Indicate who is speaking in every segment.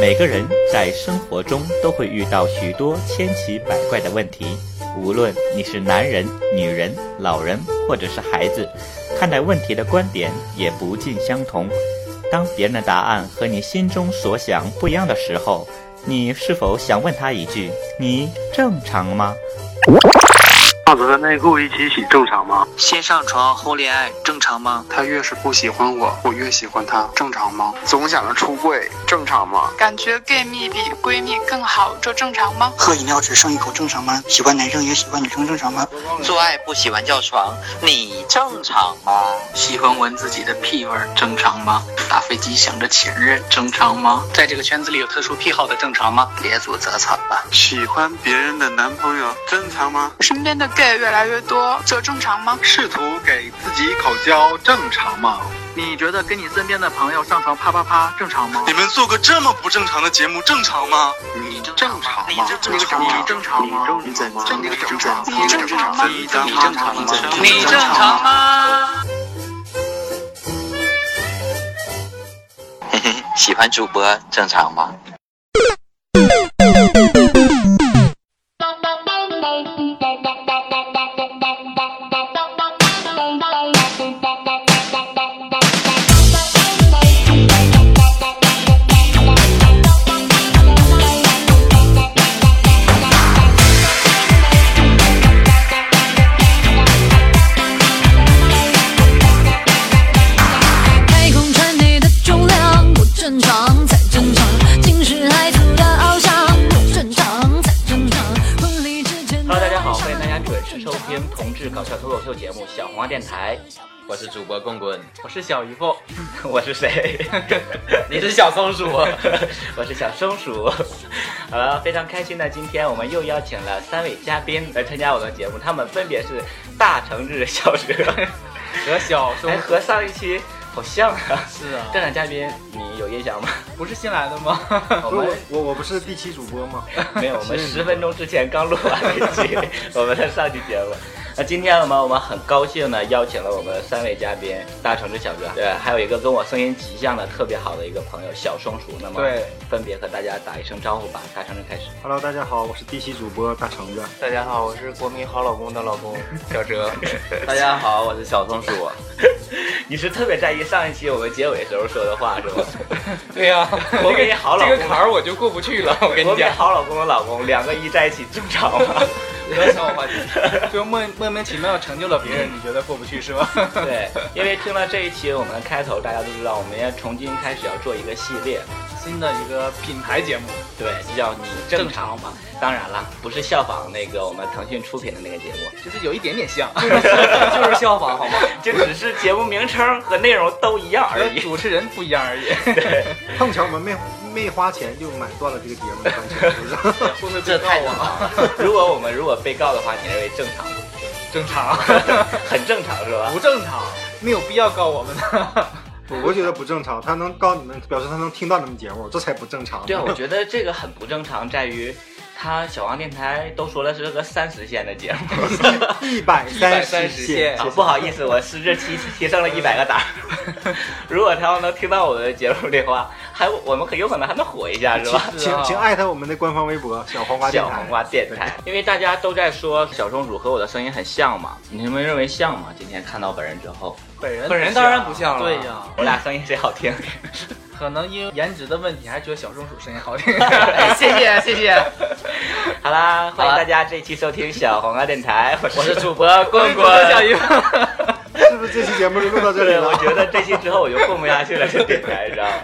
Speaker 1: 每个人在生活中都会遇到许多千奇百怪的问题，无论你是男人、女人、老人或者是孩子，看待问题的观点也不尽相同。当别人的答案和你心中所想不一样的时候，你是否想问他一句：“你正常吗
Speaker 2: 袜子和内裤一起洗正常吗？
Speaker 3: 先上床后恋爱正常吗？
Speaker 4: 他越是不喜欢我，我越喜欢他，正常吗？
Speaker 5: 总想着出柜，正常吗？
Speaker 6: 感觉 gay 蜜比闺蜜更好，这正常吗？
Speaker 7: 喝饮料只剩一口正常吗？喜欢男生也喜欢女生正常吗？
Speaker 8: 做爱不喜欢叫床，你正常吗？
Speaker 9: 喜欢闻自己的屁味正常吗？打飞机想着前任正常吗？
Speaker 10: 在这个圈子里有特殊癖好的正常吗？
Speaker 11: 别自责惨了。
Speaker 12: 喜欢别人的男朋友正常吗？
Speaker 6: 身边的。gay 越来越多，这正常吗？
Speaker 13: 试图给自己口交正常吗？
Speaker 14: 你觉得跟你身边的朋友上床啪啪啪正常吗？
Speaker 15: 你们做个这么不正常的节目正常吗？
Speaker 16: 你正常
Speaker 14: 吗？你正常吗？
Speaker 16: 你正常吗？
Speaker 14: 你正常吗？
Speaker 6: 你正常吗？你正
Speaker 14: 你
Speaker 6: 常吗？
Speaker 14: 正常吗？
Speaker 3: 你正常啊吗？
Speaker 8: 嘿嘿，喜欢主播正常吗？
Speaker 17: 太空船内的重量不正常才正常，惊世骇俗的翱翔不正常才正常。婚礼之前
Speaker 3: Hello，大家好，欢迎大家准时收听同志搞笑脱口秀节目《小黄电台》，
Speaker 18: 我是主播棍棍，
Speaker 3: 我是小姨夫， 我是 谁？
Speaker 18: 你是小松鼠，
Speaker 3: 我是小松鼠。好了，非常开心的，今天我们又邀请了三位嘉宾来参加我的节目，他们分别是大橙子小蛇，
Speaker 18: 和小松
Speaker 3: 哎，和上一期好像啊。
Speaker 18: 是啊，
Speaker 3: 这两嘉宾你有印象吗？
Speaker 18: 不是新来的吗？
Speaker 19: 不是我我我不是第七主播吗？
Speaker 3: 没有，我们十分钟之前刚录完一期我们的上期节 目。那今天我们我们很高兴呢，邀请了我们三位嘉宾，大橙子小哥，对，还有一个跟我声音极像的特别好的一个朋友小松鼠。那么
Speaker 18: 对，
Speaker 3: 分别和大家打一声招呼吧。大橙子开始。
Speaker 19: Hello，大家好，我是第七主播大橙子。
Speaker 20: 大家好，我是国民好老公的老公小 哲。
Speaker 18: 大家好，我是小松鼠。
Speaker 3: 你是特别在意上一期我们结尾时候说的话是吗？
Speaker 20: 对呀、
Speaker 3: 国民好老
Speaker 20: 这
Speaker 3: 公
Speaker 20: 个坎儿我就过不去了，我
Speaker 3: 国
Speaker 20: 跟你
Speaker 3: 民
Speaker 20: 讲。
Speaker 3: 好老公的老公，两个一在一起正常 吗？
Speaker 20: 别想我话题，就莫莫名其妙成就了别人，你觉得过不去是吗？
Speaker 3: 对，因为听了这一期我们开头，大家都知道，我们要从今开始要做一个系列，
Speaker 20: 新的一个品牌节目，
Speaker 3: 对，就叫你正常吗？当然了，不是效仿那个我们腾讯出品的那个节目，
Speaker 20: 就是有一点 点像，
Speaker 18: 就是效仿好吗？
Speaker 3: 就只是节目名称和内容都一样而
Speaker 20: 和
Speaker 3: 已。
Speaker 20: 主持人不一样而已。
Speaker 3: 对，
Speaker 19: 碰巧我们没没花钱就买断了这个节目，完全不知道
Speaker 20: 会不会
Speaker 18: 这
Speaker 20: 被
Speaker 18: 太
Speaker 20: 告
Speaker 18: 正
Speaker 20: 啊？
Speaker 18: 常了。
Speaker 3: 如果我们如果被告的话，你认为正常吗？
Speaker 20: 正常，
Speaker 3: 很正常是吧
Speaker 20: 不？正常，没有必要告我们的。
Speaker 19: 我我觉得不正常。他能告你们，表示他能听到你们节目，这才不正常。
Speaker 3: 对啊，我觉得这个很不正常，在于他小王电台都说了是个三十线的节 目。
Speaker 19: 一百三
Speaker 20: 130
Speaker 19: 十
Speaker 20: 线
Speaker 3: 啊，不好意思，我是这期提升了一百个档。 如果他要能听到我们的节目的话，还我们很有可能还能火一下，是吧？
Speaker 20: 是啊
Speaker 19: 请请艾特我们的官方微博小黄瓜电
Speaker 3: 小
Speaker 19: 台。
Speaker 3: 黄瓜电台，因为大家都在说小松鼠和我的声音很像嘛，你们认为像吗？今天看到本人之后，
Speaker 20: 本人
Speaker 18: 本人当然不像了
Speaker 20: 对呀，
Speaker 3: 我俩声音谁好 听？
Speaker 20: 可能因为颜值的问题，还觉得小松鼠声音 好听。
Speaker 18: 哎谢谢谢谢，
Speaker 3: 好啦，欢迎大家这期收听小黄瓜电台，我
Speaker 18: 我是
Speaker 3: 是
Speaker 18: 主播棍
Speaker 20: 我的小
Speaker 18: 棍。
Speaker 20: 姨夫，
Speaker 19: 是不是这期节目就录到这里
Speaker 3: 对，
Speaker 19: 了？
Speaker 3: 我觉得这期之后我就混不下去了，这电台，你知道吗？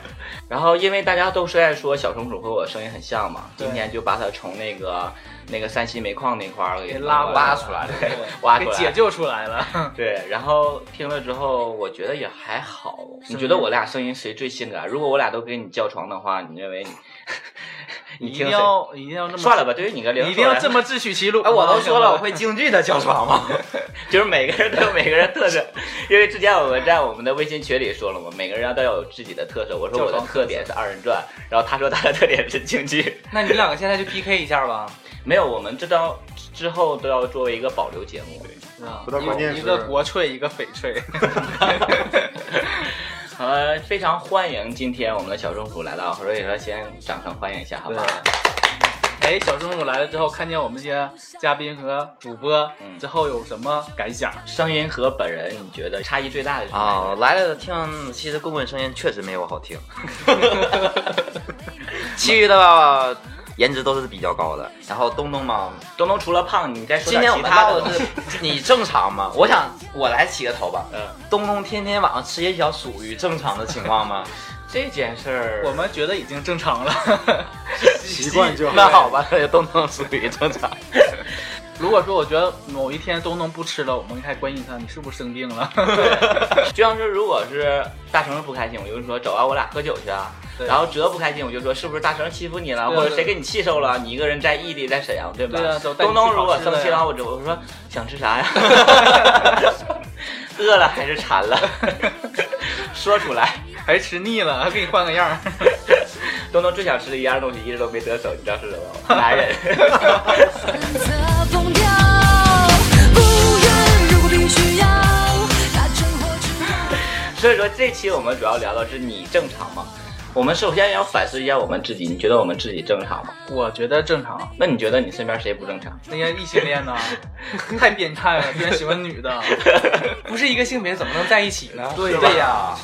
Speaker 3: 然后因为大家都是在说小松鼠和我声音很像嘛，今天就把它从那个那个山西煤矿那块儿给
Speaker 20: 给拉
Speaker 3: 挖
Speaker 20: 出
Speaker 3: 来
Speaker 20: 来
Speaker 3: 了
Speaker 20: 了，
Speaker 3: 对挖出
Speaker 20: 给
Speaker 3: 来
Speaker 20: 解救出来了。
Speaker 3: 对，然后听了之后，我觉得也还好。你
Speaker 20: 吗
Speaker 3: 觉得我俩声音谁最性感？如果我俩都跟你叫床的话，你认为你 你
Speaker 20: 一
Speaker 3: 听
Speaker 20: 定
Speaker 3: 谁？
Speaker 20: 要一定要这么
Speaker 3: 算了吧，对于你的零，
Speaker 20: 一定要这么自取其辱。
Speaker 18: 哎，我都说了我会京剧的叫床吗？
Speaker 3: 就是每个人都有每个人特色，因为之前我们在我们的微信群里说了嘛，每个人都要有自己的特色。我说我的特点是二人转，然后他说他的特点是京剧。
Speaker 18: 那你们两个现在就 PK 一下吧。
Speaker 3: 没有，我们这到之后都要作为一个保留节目。
Speaker 20: 啊
Speaker 19: 不到关键
Speaker 20: 一
Speaker 19: 是
Speaker 20: 个国粹，一个翡翠。
Speaker 3: 好了，非常欢迎今天我们的小松鼠来到，所以说先掌声欢迎一下，好不好？
Speaker 21: 哎，小松鼠来了之后，看见我们这些嘉宾和主播
Speaker 20: 嗯
Speaker 21: 之后有什么感想？
Speaker 3: 声音和本人你觉得差异最大的是哪
Speaker 20: 啊、来了听其实棍棍声音确实没我 好听，其余的吧颜值都是比较高的。然后东东嘛，
Speaker 3: 东东除了胖，你再说
Speaker 20: 今
Speaker 3: 点
Speaker 20: 天我
Speaker 3: 其
Speaker 20: 们
Speaker 3: 他
Speaker 20: 唠
Speaker 3: 的
Speaker 20: 的
Speaker 3: 东西
Speaker 20: 是你正常吗？我想我来起个头吧。东东天天晚上吃夜宵属于正常的情况吗？
Speaker 3: 这件事儿，
Speaker 21: 我们觉得已经正常了，习
Speaker 20: 惯就好
Speaker 21: 那好吧，东东属于正常。 如果说我觉得某一天东东不吃了，我们开始关心他，你是不是生病了？
Speaker 3: 就像是如果是大成不开心，我就说走啊，我俩喝酒去啊。
Speaker 21: 对
Speaker 3: 然后哲不开心，我就说是不是大成欺负你了，
Speaker 21: 对
Speaker 3: 或者谁给你气受啊了？你一个人在异地，在沈阳，对吧？
Speaker 21: 对啊走带你
Speaker 3: 东东
Speaker 21: 去
Speaker 3: 如果
Speaker 21: 好吃的
Speaker 3: 生气
Speaker 21: 呀
Speaker 3: 了，我就我说想 吃啥呀？饿了还是 馋了？说出来，
Speaker 21: 还吃腻了，还给你换个样儿。
Speaker 3: 东东最想吃的一样东西一直都没得手，你知道是什么 吗？男人。
Speaker 17: 疯掉，不愿如果必须要，打成火之
Speaker 3: 所以说这期我们主要聊的是你正常吗？我们首先要反思一下我们自己，你觉得我们自己正常吗？
Speaker 21: 我觉得正常。
Speaker 3: 那你觉得你身边谁不正常？
Speaker 21: 那些异性恋 呢，太变态了，居然喜欢女 的，不是一个性别怎么能在一起呢？对对呀，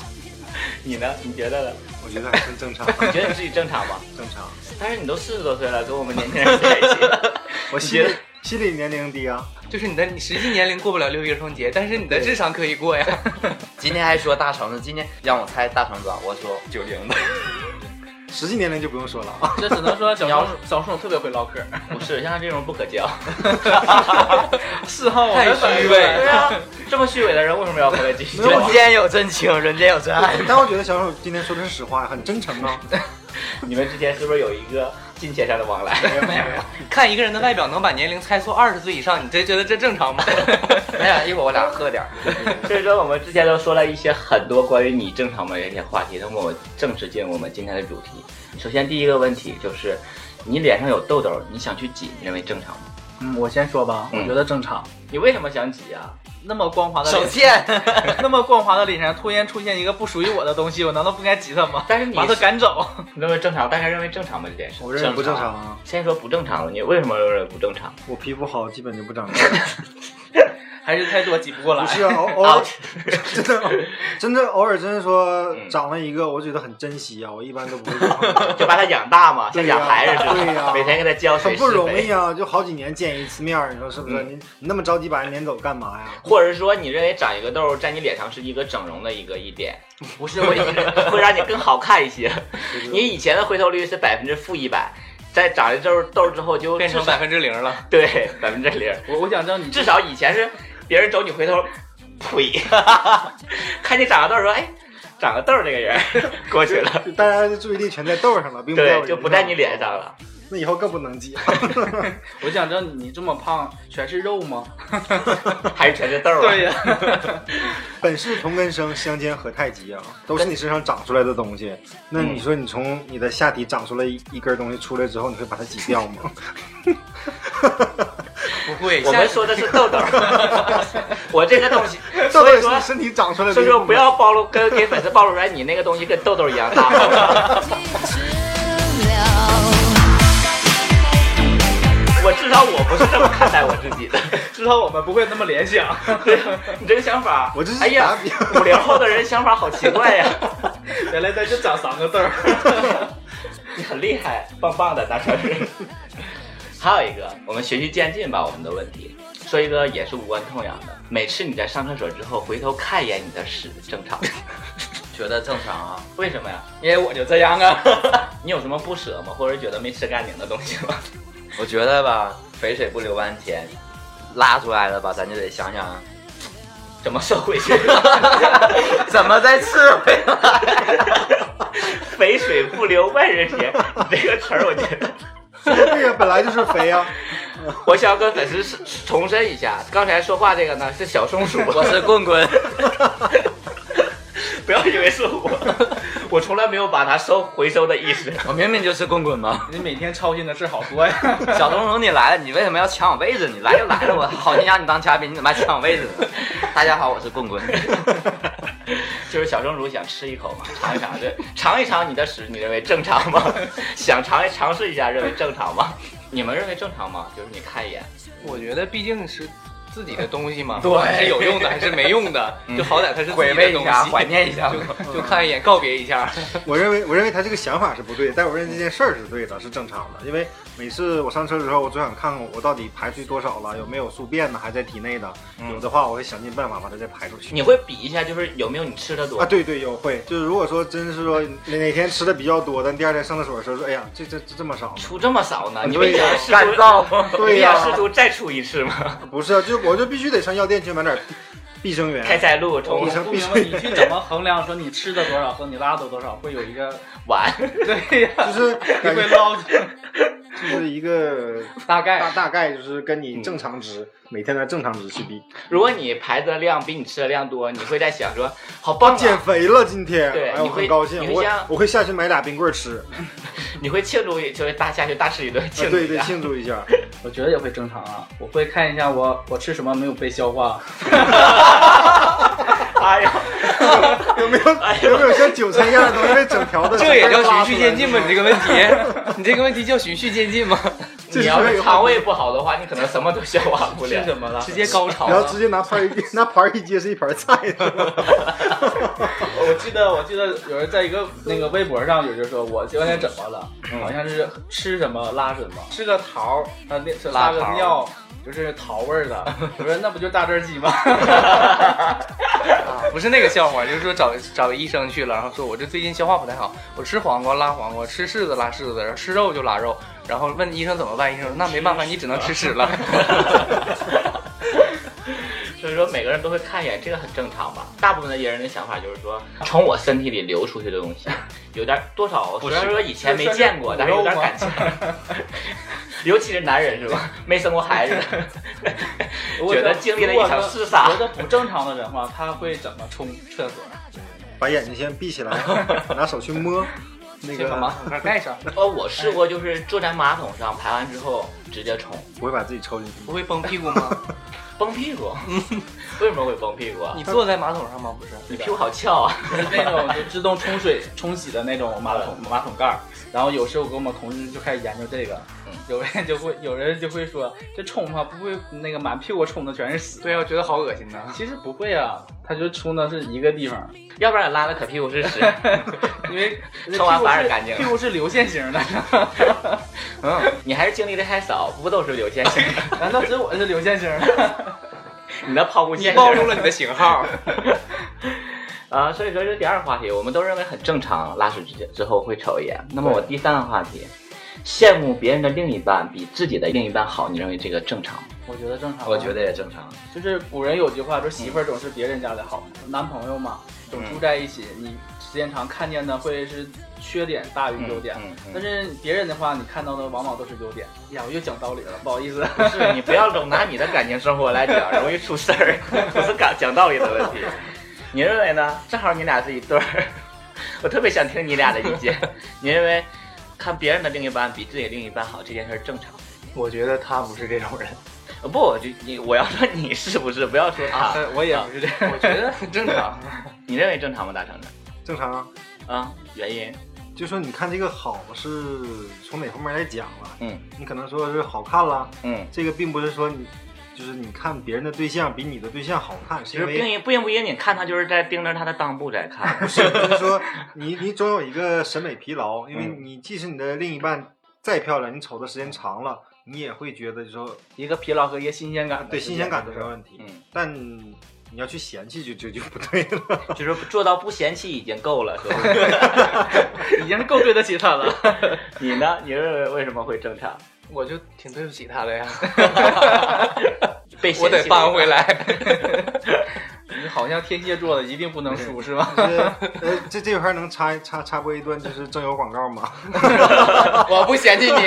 Speaker 3: 你呢？你觉得呢？。
Speaker 19: 我觉得还算正常
Speaker 3: 你觉得你自己正常吗？
Speaker 19: 正常？
Speaker 3: 但是你都四十多岁了，跟我们年轻人在一起了，
Speaker 19: 我
Speaker 3: 你
Speaker 19: 心
Speaker 3: 觉
Speaker 19: 里
Speaker 3: 得
Speaker 19: 心理年龄低啊。
Speaker 22: 就是你的你实际年龄过不了六一儿童节，但是你的智商可以 过呀。
Speaker 20: 今天还说大橙子，今天让我猜大橙子，我说九零的。
Speaker 19: 实际年龄就不用说了啊。
Speaker 21: 这只能说小松鼠小松鼠特别会唠嗑，
Speaker 3: 不是像他这种不可 交，
Speaker 21: 是哈，我
Speaker 3: 太
Speaker 21: 们反
Speaker 3: 虚
Speaker 21: 应
Speaker 3: 伪
Speaker 21: 过来
Speaker 3: 了。对啊，这么虚伪的人为什么要回来继续？
Speaker 20: 人间有真情，人间有真爱。
Speaker 19: 啊但我觉得小手今天说的是实话，很真诚啊。
Speaker 3: 你们之间是不是有一个金钱上的往来？
Speaker 22: 没有没 有，看一个人的外表能把年龄猜错二十岁以上，你这觉得这正常 吗？
Speaker 20: 哎呀，一会儿我俩喝点儿。
Speaker 3: 所以说，我们之前都说了一些很多关于你正常吗的一些话题，那么我正式进入我们今天的主题。首先，第一个问题就是，你脸上有痘痘，你想去挤，你认为正常吗？
Speaker 21: 嗯，我先说吧，我觉得正常。
Speaker 3: 你为什么想挤啊？
Speaker 21: 那么光滑的
Speaker 20: 手
Speaker 21: 脸，
Speaker 20: 贱，
Speaker 21: 那么光滑的脸上突然出现一个不属于我的东西，我难道不该挤它吗？但是
Speaker 3: 你
Speaker 21: 把它赶走，
Speaker 3: 你认为正常，大家认为正常吗？这件事？
Speaker 19: 我认为不正常啊。
Speaker 3: 先说不正常了，你为什么认为不正常？
Speaker 19: 我皮肤好，基本就不长痘。
Speaker 21: 还是太多挤不过来。
Speaker 19: 不是啊，偶偶尔真的真的偶尔真是说长了一个，我觉得很珍惜啊。我一般都 不会长。
Speaker 3: 嗯就把它养大嘛，像
Speaker 19: 对呀
Speaker 3: 养孩子似的，
Speaker 19: 对呀
Speaker 3: 每天给它浇水
Speaker 19: 很不容易
Speaker 3: 啊。
Speaker 19: 啊，就好几年见一次面儿，你说是不是？你你那么着急把人撵走干嘛呀？
Speaker 3: 或者是说，你认为长一个痘在你脸上是一个整容的一个一 点，不是会会让你更好看一些。你以前的回头率是百分之负一百，在长了痘痘之后就
Speaker 22: 变成
Speaker 3: 至少
Speaker 22: 百分之零了。
Speaker 3: 对百分之 零。
Speaker 21: 我我想知道你
Speaker 3: 至少以前是别人走你回头，呸， 看你长个痘说哎，长个痘这个人过去了，
Speaker 19: 就大家的注意力全在痘上了，并不在我
Speaker 3: 对，
Speaker 19: 人
Speaker 3: 就
Speaker 19: 上
Speaker 3: 不在你脸上。了。
Speaker 19: 那以后更不能挤。
Speaker 21: 我想知道你这么胖，全是 肉吗？
Speaker 3: 还是全是痘儿啊。
Speaker 21: 对呀、
Speaker 19: 本是同根生，相煎何太急啊！都是你身上长出来的东西。那
Speaker 3: 嗯
Speaker 19: 你说你从你的下体长出来一一根东西出来之后，你会把它挤掉吗？
Speaker 22: 不会，
Speaker 3: 我们说的是 痘痘，我这个东西，
Speaker 19: 痘
Speaker 3: 所
Speaker 19: 痘
Speaker 3: 以
Speaker 19: 也是
Speaker 3: 说
Speaker 19: 你身体长出来的。
Speaker 3: 所以说不要暴露，跟给粉丝暴露出来你那个东西跟痘痘一样大。我至少我不是这么看待我自己的，
Speaker 21: 至少我们不会那么联 想。
Speaker 3: 你这个想法，
Speaker 19: 我这是
Speaker 3: 哎呀
Speaker 19: 打比，
Speaker 3: 五零后的人想法好奇怪呀，
Speaker 21: 原来咱就长三个字 儿。
Speaker 3: 你很厉害，棒棒的，那 可是。 还有一个，我们循序渐进吧，我们的问题。说一个也是无关痛痒的，每次你在上厕所之后回头看一眼你的屎，正常吗？
Speaker 20: 觉得正常啊，
Speaker 3: 为什么呀？
Speaker 20: 因为我就这样啊。
Speaker 3: 你有什么不舍吗？或者觉得没吃干净的东 西吗？
Speaker 20: 我觉得吧，肥水不流外人田，拉出来了吧，咱就得想想
Speaker 3: 怎么收回 去，
Speaker 20: 怎么再吃回来。
Speaker 3: 肥水不流外人田，你这个词儿我觉得。
Speaker 19: 对呀，本来就是肥啊。
Speaker 3: 我想跟粉丝重申一下，刚才说话这个呢是小松鼠，
Speaker 20: 我是棍棍，
Speaker 3: 不要以为是我， 我从来没有把它收回收的意思。
Speaker 20: 我明明就是棍棍嘛。
Speaker 21: 你每天操心的事好多呀。
Speaker 20: 小东东，你来了，你为什么要抢我位置？你来就来了， 我好心让你当嘉宾，你怎么还抢我位置呢？大家好，我是棍棍。 就是小正如想吃一 口嘛，尝一尝，对，尝一尝你的屎，你认为正常吗？ 想尝一尝试一下，认为正常吗？你们认为正常吗？就是你看一眼，
Speaker 23: 我觉得毕竟是自己的东西嘛，
Speaker 20: 对
Speaker 23: 不管是有用的还是没用的，就好歹它是自
Speaker 20: 回
Speaker 23: 己
Speaker 20: 味
Speaker 23: 的
Speaker 20: 一
Speaker 23: 东
Speaker 20: 下，
Speaker 23: 西，
Speaker 20: 怀念一下。
Speaker 23: 就就看一眼，告别一下。
Speaker 19: 我认为，我认为他这个想法是不对，但我认为这件事儿是对的，是正常的。因为每次我上车之后，我总想看看我到底排出去多少了，有没有宿便呢，还在体内的。
Speaker 23: 嗯
Speaker 19: 有的话，我会想尽办法把它再排出去。
Speaker 20: 你会比一下，就是有没有你吃的多
Speaker 19: 啊？对对，有会。就是如果说真是说哪哪天吃的比较多，但第二天上厕所的时候说，哎呀，这这这这么少呢？
Speaker 20: 出这么少呢？你
Speaker 19: 对
Speaker 20: 们
Speaker 19: 呀
Speaker 20: 想试
Speaker 19: 干燥
Speaker 20: 图，
Speaker 19: 对
Speaker 20: 你想
Speaker 19: 呀
Speaker 20: 试图再出一次吗？
Speaker 19: 不是啊，就我就必须得上药店去买点必生元。
Speaker 20: 开塞露
Speaker 23: 我
Speaker 20: 冲
Speaker 19: 必生
Speaker 23: 不
Speaker 19: 必
Speaker 23: 明
Speaker 19: 生
Speaker 23: 白你
Speaker 19: 元
Speaker 23: 去怎么衡量说你吃的多少和你拉的多少会有一个
Speaker 20: 碗？
Speaker 23: 对呀，
Speaker 19: 就是
Speaker 23: 你会捞出来
Speaker 19: 就是一个
Speaker 23: 大概
Speaker 19: 大大概就是跟
Speaker 23: 嗯
Speaker 19: 你正常值、每天的正常值去比。
Speaker 20: 如果你排的量比你吃的量多，你会在想说，
Speaker 23: 哦
Speaker 20: 好棒、啊，
Speaker 19: 减肥了今天，
Speaker 20: 对
Speaker 19: 哎呀，我
Speaker 20: 你会
Speaker 19: 很高兴，
Speaker 20: 你会
Speaker 19: 我
Speaker 20: 像
Speaker 19: 我会下去买俩冰棍 儿吃，啊
Speaker 20: 你会庆祝，就是大下去大吃一顿，庆祝
Speaker 19: 对
Speaker 20: 一
Speaker 19: 对，
Speaker 20: 下。
Speaker 19: 庆祝一 下。
Speaker 23: 我觉得也会正常啊，我会看一下我我吃什么没有被消化，
Speaker 20: 哎呀，
Speaker 19: 有没有有没有像韭菜一样的东西被整条的？
Speaker 23: 哎 这也叫循序渐进吗？你这个问题， 你这个问题叫循序渐进吗？
Speaker 20: 你要是肠胃不好的话，你可能什么都消化不了。
Speaker 23: 吃什么了直接高潮了
Speaker 19: 然后直接拿盘儿一 拿盘儿一接是一盘儿菜，
Speaker 23: 我记得我记得有人在一个那个微博上有人说，我今天怎么了？
Speaker 11: 嗯
Speaker 23: 好像是吃什么拉什么，吃个桃儿，啊那是
Speaker 11: 拉
Speaker 23: 拉个
Speaker 11: 桃儿
Speaker 23: 尿，就是桃味儿的。 我说那不就是大汁儿鸡吗？
Speaker 11: 啊
Speaker 23: 不是那个笑话，就是说找找医生去了，然后说我这最近消化不太好，我吃黄瓜拉黄瓜，吃柿子拉柿子，然后吃肉就拉肉，然后问医生怎么办，医生说那没办法，你只能吃屎 了。
Speaker 20: 所以说每个人都会看一眼，这个很正常吧？大部分的人的想法就是说，从我身体里流出去的东 西，有点多少，虽然说以前没见过，但是有点感情。尤其是男人是 吧？没生过孩子，觉得经历了一场厮杀。
Speaker 23: 觉得不正常的人的话，他会怎么冲厕所？
Speaker 19: 把眼睛先闭起来，拿手 去摸那
Speaker 23: 先
Speaker 19: 个
Speaker 23: 把马桶盖盖上。
Speaker 20: 哦，我试
Speaker 23: 哎
Speaker 20: 过，就是坐在马桶上排完之后直接冲，
Speaker 19: 不会把自己抽进去。
Speaker 23: 不会崩屁股吗？
Speaker 20: 崩屁 股。为什么会崩屁股啊？
Speaker 23: 你坐在马桶上吗？不是，
Speaker 20: 你屁股好翘啊！
Speaker 23: 那种就自动冲水冲洗的那种马
Speaker 20: 嗯
Speaker 23: 桶马桶盖儿。然后有时候我跟我们同事就开始研究这个，
Speaker 20: 嗯
Speaker 23: 有人就会有人就会说，这冲的话不会那个满屁股冲的全是屎。对啊，我觉得好恶心呐。其实不会啊，他就冲的是一个地方，
Speaker 20: 要不然拉的可屁股是屎，
Speaker 23: 因为
Speaker 20: 冲完反而干净
Speaker 23: 屁股是流线型 的，
Speaker 20: 嗯，你还是经历的太少，不都是流线型？
Speaker 23: 难道只有我是流线型的？
Speaker 20: 你的抛物线
Speaker 23: 你
Speaker 20: 型
Speaker 23: 暴露了你的型号。
Speaker 20: 啊，所以说这是第二个话题，我们都认为很正常，拉屎之间之后会瞅一眼。那么我第三个话题，羡慕别人的另一半比自己的另一半好，你认为这个正常吗？
Speaker 23: 我觉得正常啊。
Speaker 11: 我觉得也正常。
Speaker 23: 就是古人有句话说，媳妇儿总是别人家的好，男朋友嘛，
Speaker 20: 嗯
Speaker 23: 总住在一起，你时间长看见的会是缺点大于优点，
Speaker 20: 嗯嗯嗯
Speaker 23: 但是别人的话，你看到的往往都是优点。哎呀，我又讲道理了，不好意思。
Speaker 20: 不是，你不要总拿你的感情生活来讲，容易出事儿， 不是讲讲道理的问题。你认为呢？正好你俩是一对儿， 我特别想听你俩的意见。 你认为看别人的另一半比自己的另一半好这件事儿正常吗？
Speaker 23: 我觉得他不是这种人，
Speaker 20: 呃 不，我就你我要说你是不是，不要说他，
Speaker 23: 我也不是这啊样，我觉得很正常。
Speaker 20: 你认为正常吗？大成
Speaker 19: 正常啊。
Speaker 20: 的啊，原因
Speaker 19: 就说你看这个好是从哪方面来讲了？
Speaker 20: 嗯，
Speaker 19: 你可能说是好看啦，
Speaker 20: 嗯，
Speaker 19: 这个并不是说你就是你看别人的对象比你的对象好看，是
Speaker 20: 就是
Speaker 19: 因为
Speaker 20: 并不并不因你看他就是在盯着他的裆部在 看，
Speaker 19: 不 是，就是说你 你总有一个审美疲劳，因为你即使你的另一半再漂亮，你瞅的时间长了，你也会觉得就说
Speaker 23: 一个疲劳和一个新鲜感，
Speaker 19: 对新鲜感都是问题。但你要去嫌弃就就就不对 了。
Speaker 20: 就是做到不嫌弃已经够了，是吧？
Speaker 23: 已经够对得起他了。
Speaker 20: 你呢？你认为为什么会正常？
Speaker 23: 我就挺对不起他的呀，
Speaker 20: 被嫌弃。
Speaker 23: 我得搬回来 你好像天蝎座的，一定不能输是吧？
Speaker 19: 就是呃，这这块儿能插插插播一段就是正友广告 吗？
Speaker 23: 我不嫌弃 你，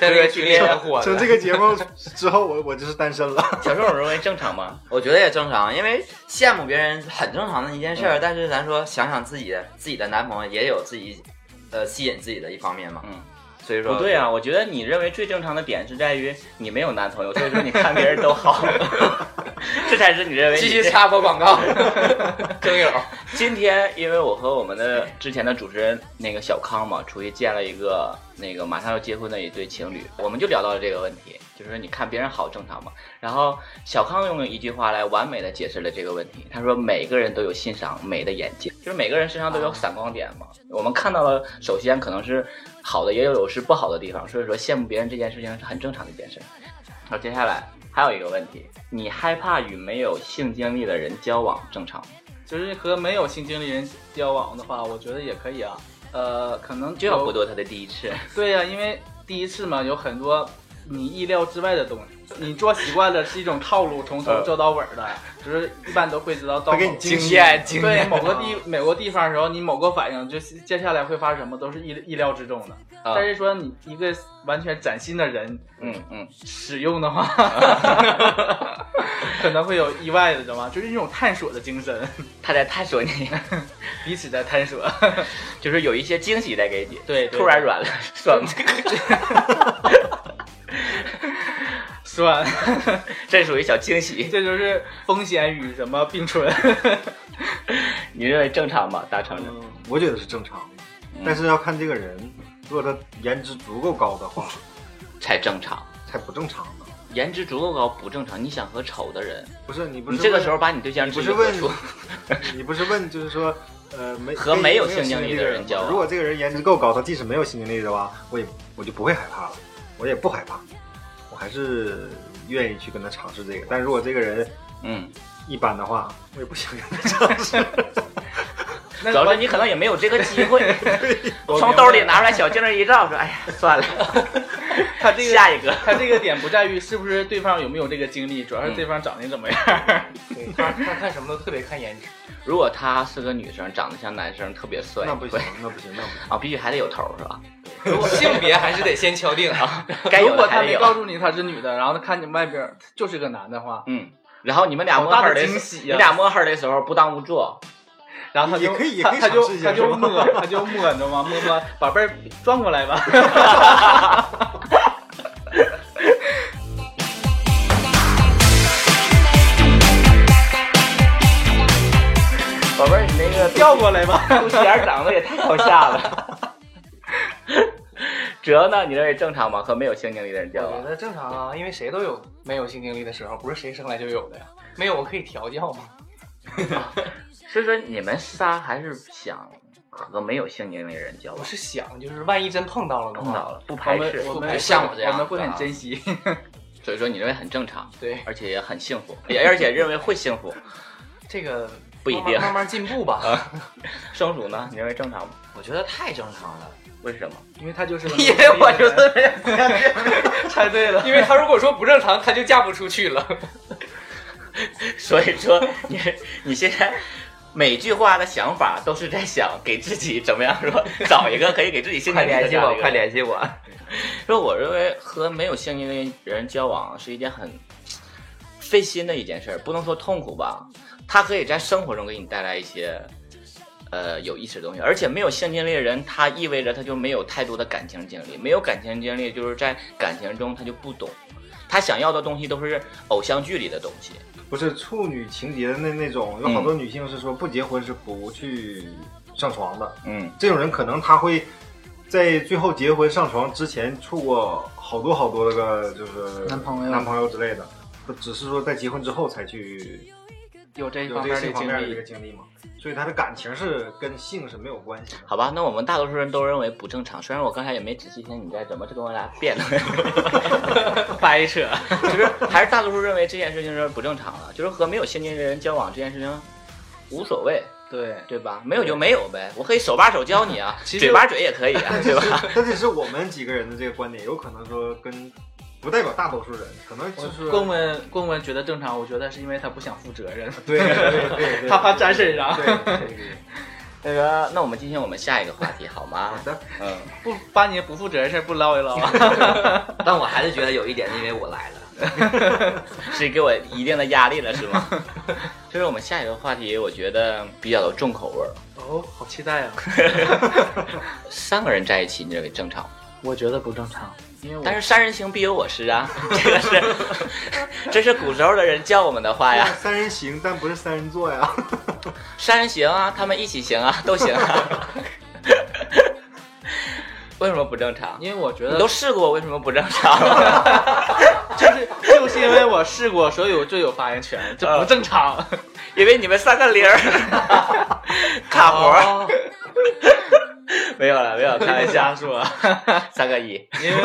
Speaker 20: 在这个群里很
Speaker 11: 火的
Speaker 19: 从这个节目之后，我我就是单身了。
Speaker 20: 小郑，我认为正常吗？
Speaker 11: 我觉得也正常，因为羡慕别人很正常的一件
Speaker 20: 嗯
Speaker 11: 事儿。但是咱说想想自己自己的男朋友也有自己，呃，吸引自己的一方面嘛。
Speaker 20: 嗯，
Speaker 11: 所以说
Speaker 20: 不对啊，我觉得你认为最正常的点是在于你没有男朋友，所以说你看别人都好， 这才是你认为
Speaker 11: 继续插播广告，
Speaker 20: 征友。今天因为我和我们的之前的主持人那个小康嘛，出去见了一个那个马上要结婚的一对情侣，我们就聊到了这个问题，就是你看别人好正常吗？然后小康用一句话来完美的解释了这个问题，他说每个人都有欣赏美的眼界，就是每个人身上都
Speaker 23: 啊
Speaker 20: 有闪光点嘛。我们看到了，首先可能是好的，也有是不好的地方，所以说羡慕别人这件事情是很正常的一件事。好，接下来还有一个问题，你害怕与没有性经历的人交往正常吗？
Speaker 23: 就是和没有性经历人交往的话，我觉得也可以啊。呃，可能
Speaker 20: 就要不多他的第一次。
Speaker 23: 对呀、啊，因为第一次嘛，有很多你意料之外的东西。你做习惯了是一种套路，从头做到尾的，就是一般都会知道到
Speaker 19: 给你
Speaker 11: 经验，经
Speaker 23: 对某个地某个地方的时候，你某个反应，就接下来会发生什么，都是意意料之中的。
Speaker 20: 啊
Speaker 23: 但是说你一个完全崭新的人，
Speaker 20: 嗯嗯，
Speaker 23: 使用 的话，可能会有意外的，知道吗？就是一种探索的 精神，
Speaker 20: 他在探索你，
Speaker 23: 彼此在探 索，
Speaker 20: 就是有一些惊喜在给你，
Speaker 23: 对，
Speaker 20: 突然软了， 爽。
Speaker 23: 算，
Speaker 20: 这属于小惊喜，
Speaker 23: 这就是风险与什么并存。
Speaker 20: 你认为正常吗？大成、
Speaker 19: 嗯，我觉得是正常的，嗯、但是要看这个人，如果他颜值足够高的话，
Speaker 20: 才正常，
Speaker 19: 才不正常呢。
Speaker 20: 颜值足够高不正常，你想和丑的人？
Speaker 19: 不是你不
Speaker 20: 是，你这个时候把你对象
Speaker 19: 不是问， 你不是问，就是说。呃，没
Speaker 20: 和
Speaker 19: 没
Speaker 20: 有
Speaker 19: 性
Speaker 20: 经
Speaker 19: 历
Speaker 20: 的
Speaker 19: 人
Speaker 20: 交往。
Speaker 19: 如果这个人颜值够高，他即使没有性经历的话，我也我就不会害怕了，我也不害怕，我还是愿意去跟他尝试这个。但如果这个人
Speaker 20: 嗯
Speaker 19: 一般的话，我也不想跟他 尝试。
Speaker 20: 主要是你可能也没有这个机会，从兜里拿出来小镜儿一照，说哎呀算了。
Speaker 23: 他这个
Speaker 20: 下一个，
Speaker 23: 他这个点不在于是不是对方有没有这个经历，主要是对方长得怎么样。
Speaker 11: 嗯对他他看什么都特别看颜值。
Speaker 20: 如果她是个女生，长得像男生，特别帅，
Speaker 19: 那不行，那不行，那不行
Speaker 20: 啊！必须还得有头，是吧？
Speaker 11: 性别还是得先敲定啊。
Speaker 23: 如果他没告诉你她是女的，然后他看你外边就是个男的话，
Speaker 20: 嗯，然后你们俩摸黑的，你俩摸黑的时候不当勿坐，
Speaker 23: 然后他就他他就他就摸他就摸，你知道吗？摸摸，宝贝儿转过来吧。
Speaker 20: 宝贝儿，你那个
Speaker 23: 调过来 吧，
Speaker 20: 肚脐眼长得也太靠下了。 哲呢？你认为正常吗？和没有性经历的人交往？
Speaker 11: 我觉得正常啊，因为谁都有没有性经历的时候，不是谁生来就有的呀。没有，我可以调教嘛。
Speaker 20: 所以说，你们仨还是想和没有性经历的人交往？
Speaker 11: 不是想，就是万一真碰到了，
Speaker 20: 碰到了不排斥，
Speaker 11: 我们像我这样，啊
Speaker 23: 嗯我们会很珍惜。
Speaker 20: 所以说，你认为很正常，
Speaker 11: 对，
Speaker 20: 而且也很幸福， 也而且认为会幸福。
Speaker 11: 这个。
Speaker 20: 不一定
Speaker 11: 慢慢，慢慢进步吧。
Speaker 20: 生鼠呢？你认为正常吗？
Speaker 11: 我觉得太正常了。
Speaker 20: 为什么？
Speaker 23: 因为他就是，
Speaker 11: 因为我就是没
Speaker 23: 有，猜对了。
Speaker 11: 因为他如果说不正常，他就嫁不出去了。
Speaker 20: 所以说，你你现在每句话的想法都是在想给自己怎么样说，找一个可以给自己性
Speaker 11: 快联系我，快联系我。
Speaker 20: 说我认为和没有性经历人交往是一件很费心的一件事，不能说痛苦吧。他可以在生活中给你带来一些，呃，有意思的东西。而且没有性经历的人，他意味着他就没有太多的感情经历，没有感情经历，就是在感情中他就不懂，他想要的东西都是偶像剧里的东西。
Speaker 19: 不是处女情节的那那种，
Speaker 20: 嗯
Speaker 19: 有好多女性是说不结婚是不去上床的。
Speaker 20: 嗯，
Speaker 19: 这种人可能他会在最后结婚上床之前处过好多好多个就是
Speaker 23: 男朋友、
Speaker 19: 男朋友之类的，只是说在结婚之后才去。
Speaker 23: 有这
Speaker 19: 有
Speaker 23: 这
Speaker 19: 些
Speaker 23: 方
Speaker 19: 面的一个经历吗？所以他的感情是跟性是没有关系的。
Speaker 20: 好吧，那我们大多数人都认为不正常。虽然我刚才也没仔细听你在怎么跟我俩辩论，
Speaker 23: 掰扯，
Speaker 20: 就是还是大多数认为这件事情是不正常的，就是和没有性经历的人交往这件事情无所谓，
Speaker 23: 对
Speaker 20: 对吧？没有就没有呗，我可以手把手教你啊，
Speaker 23: 其
Speaker 20: 嘴把嘴也可以啊，对吧？
Speaker 19: 这只是我们几个人的这个观点，有可能说跟。不代表大多数人，可能就是
Speaker 23: 公文公文觉得正常，我觉得是因为他不想负责任，
Speaker 19: 对对对，
Speaker 23: 他怕沾身上。
Speaker 20: 那个，那我们进行我们下一个话题好吗？
Speaker 19: 好的，
Speaker 20: 嗯，
Speaker 23: 不把你不负责任事不捞一 捞。
Speaker 11: 但我还是觉得有一点，因为我来
Speaker 20: 了，是给我一定的压力了，是吗？ 就是我们下一个话题，我觉得比较的重口味儿。
Speaker 23: 哦，好期待啊！
Speaker 20: 三个人在一起，你认为正常？
Speaker 23: 我觉得不正常，因为我
Speaker 20: 但是三人行必有我师啊，这个是，这是古时候的人教我们的哎话呀。
Speaker 19: 三人行，但不是三人座呀。
Speaker 20: 三人行啊，他们一起行啊，都行啊。 为什么不正常？
Speaker 23: 因为我觉得
Speaker 20: 你都试过，为什么不正常？
Speaker 23: 就是就是因为我试过，所以我最有发言权，这不正常。
Speaker 20: 因为你们三个零儿卡活儿。
Speaker 23: 哦
Speaker 20: 没有了，没有，开玩笑
Speaker 23: 说，
Speaker 20: 三个一，
Speaker 23: 因为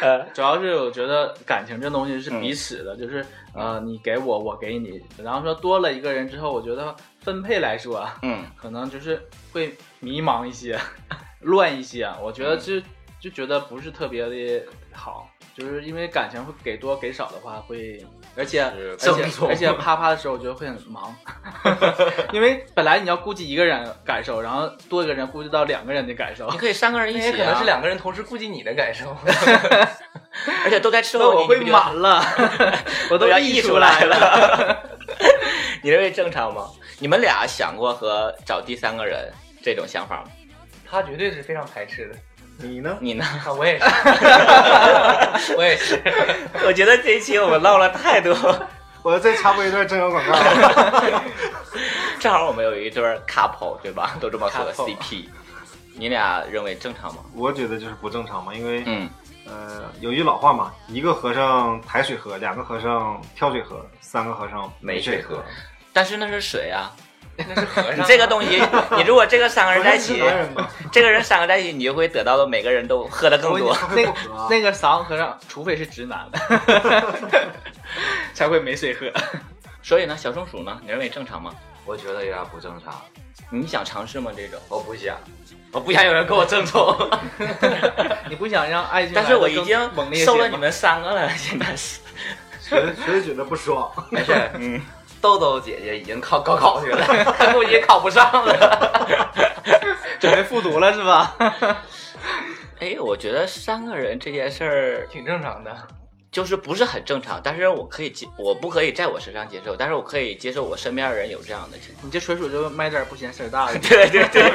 Speaker 23: 呃，主要是我觉得感情这东西是彼此的，就是呃，你给我，我给你，然后说多了一个人之后，我觉得分配来说，啊
Speaker 20: 嗯，
Speaker 23: 可能就是会迷茫一些，乱一些，啊我觉得就就觉得不是特别的好。就是因为感情会给多给少的话会，而且而且而且啪啪的时候，我觉得会很忙， 因为本来你要顾及一个人感受，然后多一个人顾及到两个人的感受，
Speaker 20: 你可以三个人一起、啊，
Speaker 11: 可能是两个人同时顾及你的感 受，
Speaker 20: 而且都在伺
Speaker 23: 候
Speaker 20: 你，
Speaker 23: 我会满了， 我都
Speaker 20: 要
Speaker 23: 溢
Speaker 20: 出
Speaker 23: 来
Speaker 20: 了， 你认为正常吗？你们俩想过和找第三个人这种想法吗？
Speaker 11: 他绝对是非常排斥的。
Speaker 19: 你呢？
Speaker 20: 你呢？
Speaker 11: 啊、我也是， 我也是。
Speaker 20: 我觉得这一期我们唠了太多。
Speaker 19: 我再插播一段征友广告。
Speaker 20: 正好我们有一对 couple，对吧？都这么说 CP。你俩认为正常吗？
Speaker 19: 我觉得就是不正常嘛，因为
Speaker 20: 嗯
Speaker 19: 呃，有句老话嘛，一个和尚抬水喝，两个和尚挑水喝，三个和尚
Speaker 20: 没
Speaker 19: 水
Speaker 20: 喝。但是那是水啊。
Speaker 11: 那是和尚。
Speaker 20: 你这个东西，你如果这个三个人在一起， 这个人三个在一起，你就会得到的每个人都喝的更多。
Speaker 23: 那个
Speaker 19: 啊
Speaker 23: 那个三个和尚，除非是直男， 才会没水喝。
Speaker 20: 所以呢，小松鼠呢，你认为正常吗？
Speaker 11: 我觉得有点不正常。
Speaker 20: 你想尝试吗？这种
Speaker 11: 我不想，
Speaker 20: 我不想有人跟我争宠。
Speaker 23: 你不想让爱情？
Speaker 20: 但是我已经收了你们三个了，现在是。
Speaker 19: 谁谁觉得不爽？
Speaker 11: 没 事，嗯。豆豆姐姐已经考高考去了，她估计考不上了，
Speaker 23: 准备复读了是吧？
Speaker 20: 哎，我觉得三个人这件事儿
Speaker 11: 挺正常的，
Speaker 20: 就是不是很正常，但是我可以接，我不可以在我身上接受，但是我可以接受我身边的人有这样的情况。
Speaker 23: 你这纯属就卖点不嫌事儿大的，
Speaker 20: 对对对，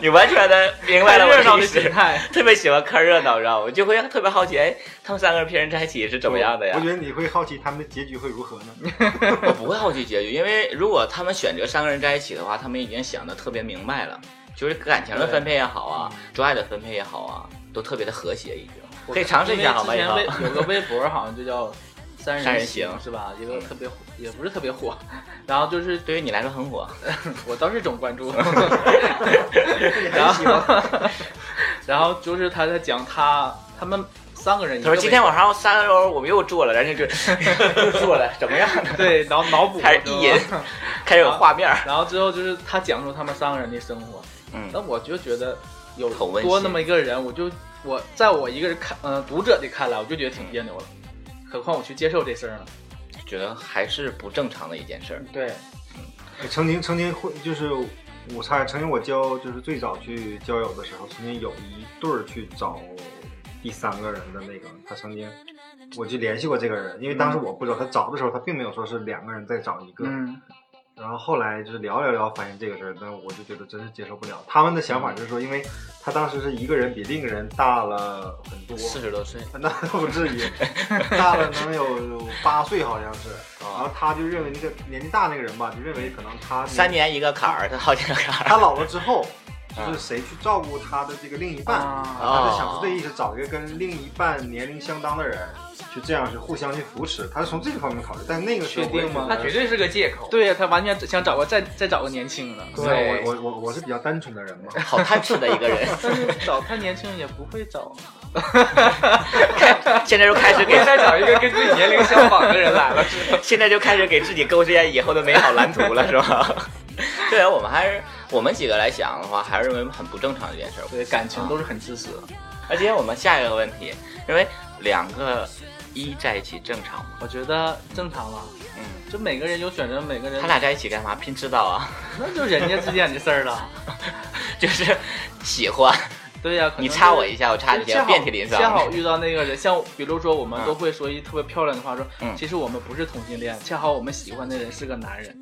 Speaker 20: 你完全的明白了我
Speaker 23: 的心态，
Speaker 20: 特别喜欢看热闹，知道吗？我就会特别好奇，哎，他们三个人平时在一起是怎么样的呀？
Speaker 19: 我觉得你会好奇他们的结局会如何呢？
Speaker 20: 我不会好奇结局，因为如果他们选择三个人在一起的话，他们已经想的特别明白了，就是感情的分配也好啊，做爱的分配也好啊，都特别的和谐已经。可以尝试一下好吗？
Speaker 23: 之前微有个微博好像就叫“三
Speaker 20: 人
Speaker 23: 行”嗯是吧？一个特别火，也不是特别火，然后就是
Speaker 20: 对于你来说很火，
Speaker 23: 我倒是总 关注。
Speaker 19: 然后，
Speaker 23: 然后就是他在讲他他们三个人，
Speaker 20: 他说今天晚上三个人我们又做了，然后就 又做了，怎么样？
Speaker 23: 对，脑脑补
Speaker 20: 开始意淫，开始有画面，
Speaker 23: 然后之后就是他讲述他们三个人的生活。
Speaker 20: 嗯，
Speaker 23: 那我就觉得有多那么一个人，我就。我在我一个人看，呃，读者的看来，我就觉得挺别扭了，何况我去接受这事儿呢，
Speaker 20: 觉得还是不正常的一件事儿。
Speaker 23: 对，
Speaker 19: 嗯，曾经曾经会就是我猜，曾经我交就是最早去交友的时候，曾经有一对儿去找第三个人的那个，他曾经我就联系过这个人，因为当时我不知道他找的时候，他并没有说是两个人在找一个。
Speaker 23: 嗯
Speaker 19: 然后后来就是聊聊聊，发现这个事儿，但我就觉得真是接受不了。他们的想法就是说，因为他当时是一个人比另一个人大了很多，
Speaker 20: 四十多岁，
Speaker 19: 那不至于，大了能有八岁好像是。然后他就认为那个年纪大那个人吧，就认为可能他
Speaker 20: 三年一个坎儿，他 好几个坎儿。
Speaker 19: 他老了之后，就是谁去照顾他的这个另一半，
Speaker 23: 啊
Speaker 11: 啊
Speaker 19: 他就想出这意识，找一个跟另一半年龄相当的人。就这样是互相去扶持，他是从这个方面考虑，但那个时候
Speaker 23: 定吗？
Speaker 11: 那绝对是个借口。
Speaker 23: 对呀，他完全想找个再再找个年轻的。
Speaker 19: 对，我我我我是比较单纯的人嘛，
Speaker 20: 好单纯的一个人。
Speaker 23: 但是找太年轻也不会找。
Speaker 20: 现在就开 始给
Speaker 11: 再找一个跟自己年龄相仿的人来了，
Speaker 20: 现在就开始给自己构建以后的美好蓝图了，是吧？ 对啊，我们还是我们几个来想的话，还是认为很不正常这件事。
Speaker 23: 对，感情都是很自私的。
Speaker 20: 那今天我们下一个问题，因为两个。一在一起正常吗？
Speaker 23: 我觉得正常吧。
Speaker 20: 嗯，
Speaker 23: 就每个人有选择，每个人。
Speaker 20: 他俩在一起干嘛？拼吃道啊？
Speaker 23: 那就人家之间的事 儿了，
Speaker 20: 就是喜欢。
Speaker 23: 对呀、啊，
Speaker 20: 你插我一下，我插你一下，遍体鳞伤。
Speaker 23: 恰嗯好遇到那个人，像比如说，我们都会
Speaker 11: 嗯
Speaker 23: 说一特别漂亮的话，说、嗯、其实我们不是同性恋，恰好我们喜欢的人是个男人。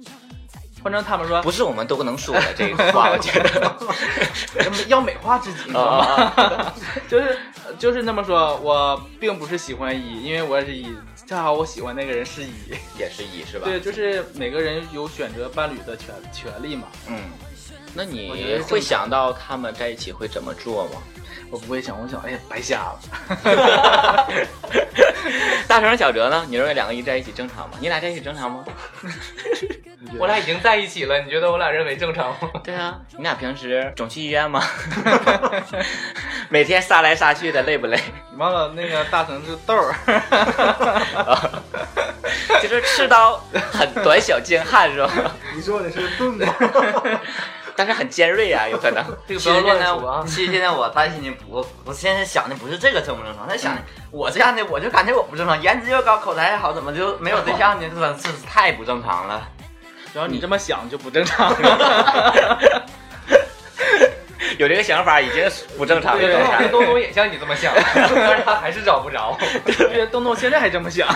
Speaker 23: 换成他们说
Speaker 20: 不是我们都能说的这个话，我觉得 呃
Speaker 23: 要美化自己，你知道
Speaker 11: 哦
Speaker 23: 吗？ 就是就是那么说，我并不是喜欢一，因为我也是一，恰好我喜欢那个人是一，
Speaker 20: 也是一，是吧？
Speaker 23: 对，就是每个人有选择伴侣的权权利嘛。
Speaker 20: 嗯，那你会想到他们在一起会怎么做吗？
Speaker 23: 我不会想，我想，哎呀，白瞎了。
Speaker 20: 大成小哲呢？你认为两个一在一起正常吗？你俩在一起正常吗？
Speaker 11: 我俩已经在一起了，你觉得我俩认为正常吗？
Speaker 20: 对啊，你俩平时总去医院吗？ 每天杀来杀去的，累不累？
Speaker 23: 你忘了那个大成是豆儿，
Speaker 20: 就是刺刀 很短小精悍是吧？
Speaker 19: 你说的是钝吗？
Speaker 20: 但是很尖锐啊，有可能。
Speaker 11: 这个不要乱说啊！其实现在我担心的不，我现在想的不是这个正不正常，他想的、嗯、我这样的，我就感觉我不正常，颜值又高，口才又好，怎么就没有对象呢？这是太不正常了。
Speaker 23: 只要你这么想就不正常 了。
Speaker 20: 有这个想法已经不正常
Speaker 11: 了。东东也像你这么想，但是他还是找不着。
Speaker 23: 对，东东现在还这么想。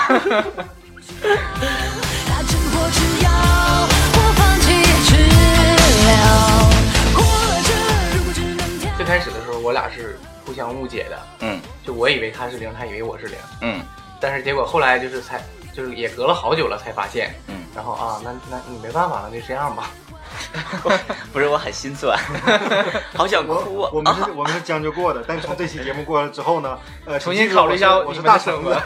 Speaker 11: 最开始的时候，我俩是互相误解的。
Speaker 20: 嗯，
Speaker 11: 就我以为他是零，他以为我是零。
Speaker 20: 嗯，
Speaker 11: 但是结果后来就是才，就是也隔了好久了才发现。
Speaker 20: 嗯，
Speaker 11: 然后啊，那那你没办法了，就这样吧。
Speaker 20: 不是，我很心 酸，好想
Speaker 11: 啊
Speaker 20: 哭。
Speaker 19: 我们是，我们是将就过的，但是从这期节目过了之后呢，呃，
Speaker 23: 重新考虑一下
Speaker 19: 我是大
Speaker 23: 生
Speaker 19: 子。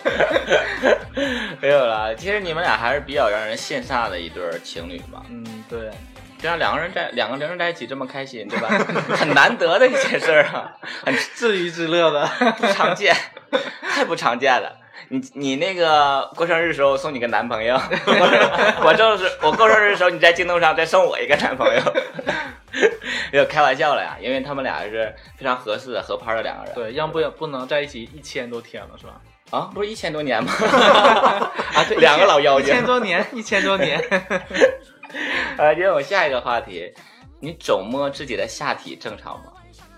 Speaker 20: 没有啦，其实你们俩还是比较让人羡煞的一对情侣吧。
Speaker 23: 嗯，对。
Speaker 20: 这样两个人在两个人在一起这么开 心，对吧？很难得的一件事儿啊，很
Speaker 23: 自娱自乐的，
Speaker 20: 不常 见，太不常见了。你你那个过生日的时候送你个男朋友， 我就是我过生日的时候你在京东上再送我一个男朋 友，没有开玩笑了呀，因为他们俩是非常合适合拍的两个人。
Speaker 23: 对，要不不能在一起一千多天了，是吧？
Speaker 20: 啊，不是一千多年 吗？
Speaker 23: 啊，对，
Speaker 20: 两个老妖精，
Speaker 23: 一千多年，一千多年。
Speaker 20: 呃，接我下一个话题，你总摸自己的下体正常吗？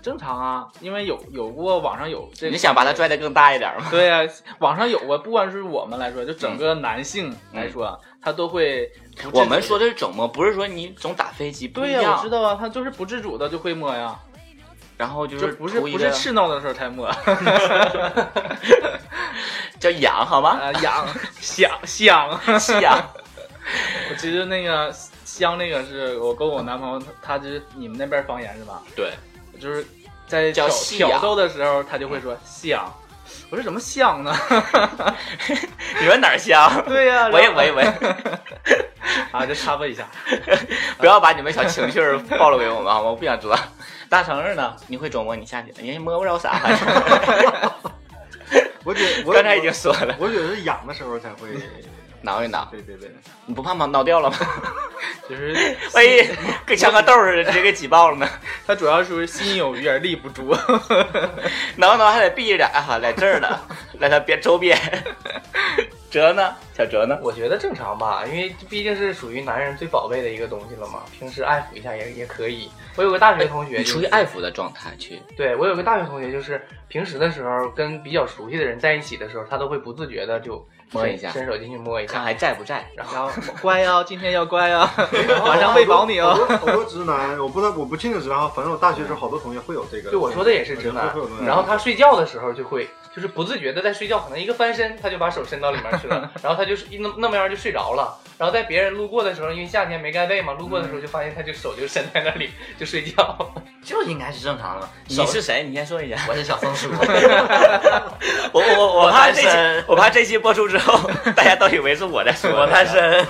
Speaker 23: 正常啊，因为有有过网上有这个，
Speaker 20: 你想把它拽得更大一点吗？
Speaker 23: 对啊，网上有过，不管是我们来说，就整个男性来说，嗯、他都会。
Speaker 20: 我们说的是总摸，不是说你总打飞机。
Speaker 23: 对
Speaker 20: 呀、
Speaker 23: 啊，我知道啊，他就是不自主的就会摸呀。
Speaker 20: 然后就是
Speaker 23: 不是不是赤闹的时候才 摸，
Speaker 20: 叫痒好吗？
Speaker 23: 呃、痒想想
Speaker 20: 想。
Speaker 23: 我其实那个香那个是我跟我男朋友，他就是你们那边方言是吧？
Speaker 20: 对，
Speaker 23: 就是在
Speaker 20: 叫
Speaker 23: 挑逗的时候，他就会说香。我说怎么香呢？
Speaker 20: 你说哪儿 香？
Speaker 23: 对 呀、啊，
Speaker 20: 喂喂 喂！
Speaker 23: 啊，就插播一下，
Speaker 20: 不要把你们小情绪暴露给我们好吗？我不想知道。大成日呢？你会琢磨你下去，人家摸不着啥。
Speaker 19: 我觉
Speaker 20: 刚才已经说了，
Speaker 19: 我觉得是痒的时候才会。
Speaker 20: 挠一挠，
Speaker 19: 对对对，
Speaker 20: 你不怕挠挠掉 了吗？
Speaker 23: 就是
Speaker 20: 万一哎跟像个豆似的，直接给挤爆了 呢。
Speaker 23: 他主要是心有余而力不足，
Speaker 20: 挠挠还得避着点啊，在这儿 呢，在他边周 边。哲呢？小哲呢？
Speaker 11: 我觉得正常吧，因为毕竟是属于男人最宝贝的一个东西了嘛，平时爱抚一下也也可以。我有个大
Speaker 23: 哎
Speaker 11: 学同学、就是，
Speaker 20: 处于爱抚的状态去。
Speaker 11: 对我有个大学同学，就是平时的时候跟比较熟悉的人在一起的时候，他都会不自觉的就。
Speaker 20: 摸一下，
Speaker 11: 伸手进去摸一下，
Speaker 20: 看还在不在。
Speaker 11: 然后
Speaker 23: 乖呀、哦，今天要乖呀、 哦，晚上喂饱你
Speaker 19: 哦。好多直男，我不知道，我不确定直男，反正我大学时候好多同学会有这个。
Speaker 11: 对，我说的也是直 男。
Speaker 19: 嗯、
Speaker 11: 然后他睡觉的时候就会，就是不自觉的在睡觉，可能一个翻身他就把手伸到里面去 了，然后他就是一那那么样就睡着了。然后在别人路过的时候，因为夏天没盖被嘛，路过的
Speaker 23: 嗯
Speaker 11: 时候就发现他就手就伸在那里就睡觉，
Speaker 20: 就应该是正常的嘛。你是谁？你先说一下。
Speaker 11: 我是小松鼠。
Speaker 20: 我我我怕这期我怕这期播出之后， 大家都以为是我在说。
Speaker 11: 我单身。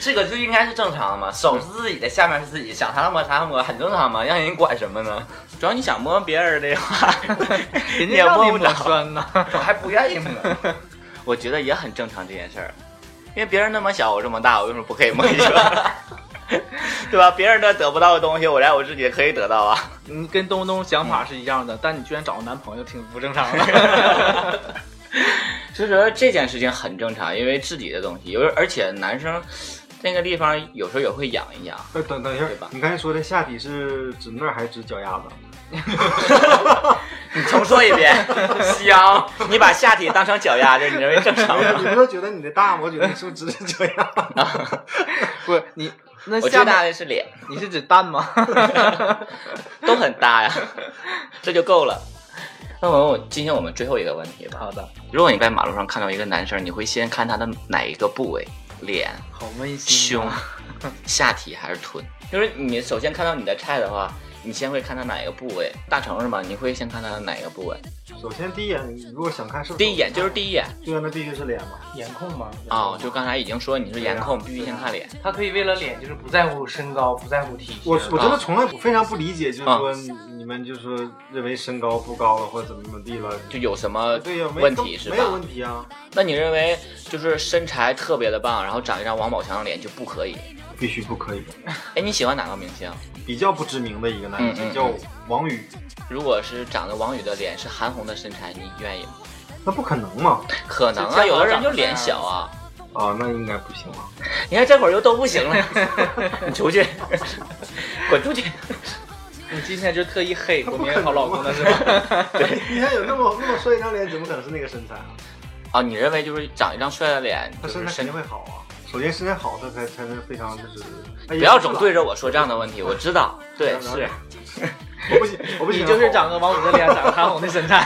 Speaker 11: 这个就应该是正常的嘛，手是自己的，下面是自己，想啥摸啥摸，很正常嘛，让人管什么呢？
Speaker 20: 主要你想摸别人的 话，
Speaker 23: 人
Speaker 20: 家也
Speaker 23: 摸
Speaker 20: 不着。
Speaker 11: 我还不愿意摸。
Speaker 20: 我觉得也很正常这件事儿。因为别人那么小，我这么大，我为什么不可以摸一下？ 对吧？别人都得不到的东西，我来我自己可以得到啊。
Speaker 23: 你跟东东想法是一样的，嗯、但你居然找个男朋友，挺不正常的。
Speaker 20: 就觉得这件事情很正常，因为自己的东西，有而且男生那个地方有时候也会痒一 痒。
Speaker 19: 呃，等等一下，你刚才说的下体是指那儿还是指脚丫子？
Speaker 20: 你重说一 遍，香。 你把下体当成脚丫子，你认为正常 吗？
Speaker 19: 你说觉得你的大，我觉得你是不是只是脚丫？
Speaker 23: 不是你，那
Speaker 20: 我
Speaker 23: 下
Speaker 20: 最
Speaker 23: 面
Speaker 20: 大的是脸，
Speaker 23: 你是指蛋吗？
Speaker 20: 都很大呀，这就够了。那我问今天我们最后一个问题吧。
Speaker 23: 好的，
Speaker 20: 如果你在马路上看到一个男生，你会先看他的哪一个部位？脸、
Speaker 23: 好温馨
Speaker 20: 胸
Speaker 23: 啊。、
Speaker 19: 嗯
Speaker 20: 下体还是臀？就是你首先看到你的菜的话，你先会看他哪一个部位？大城市嘛，你会先看他的哪一个部位？
Speaker 19: 首先第一眼，你如果想看是不是
Speaker 20: 第一眼就是第一眼
Speaker 19: 对啊，那必须是脸嘛。
Speaker 11: 颜控吗？
Speaker 20: 哦，就刚才已经说你是颜控，
Speaker 19: 啊
Speaker 20: 必须先看脸。
Speaker 11: 他可以为了脸，就是不在乎身高，不在乎体型。啊
Speaker 19: 我我
Speaker 20: 啊
Speaker 19: 真的从来不非常不理解，就是说你们就是说认为身高不高了或者怎么怎么地了，
Speaker 20: 就有什么
Speaker 19: 对呀，没
Speaker 20: 呃问题是吧
Speaker 19: 没有问题啊，
Speaker 20: 那你认为就是身材特别的棒，然后长一张王宝强的脸就不可以？
Speaker 19: 必须不可以。
Speaker 20: 哎，你喜欢哪个明星？
Speaker 19: 比较不知名的一个男
Speaker 20: 嗯
Speaker 19: 生
Speaker 20: 嗯
Speaker 19: 叫王宇，
Speaker 20: 如果是长得王宇的脸，是韩红的身材，你愿意吗？
Speaker 19: 那不可能嘛？
Speaker 20: 可能啊，有的人就脸小啊。
Speaker 19: 啊，那应该不行吧？
Speaker 20: 你看这会儿又都不行了， 你出去，滚出去！
Speaker 23: 你今天就特意黑我没有好老公
Speaker 19: 啊
Speaker 23: 的 是吧？
Speaker 19: 你看有那么那么帅一张脸，怎么可能是那个身材啊？
Speaker 20: 啊，你认为就是长一张帅的脸，
Speaker 19: 他
Speaker 20: 就是
Speaker 19: 身材肯
Speaker 20: 身
Speaker 19: 定会好啊。首先身材好，他才才能非常就是。哎
Speaker 20: 不
Speaker 19: 呀
Speaker 20: 要总对着我说这样的问题，我知 道，对，
Speaker 19: 不要不
Speaker 20: 是
Speaker 19: 要我不行，我不行。
Speaker 23: 你就是长个王五的脸，长个韩红的身材。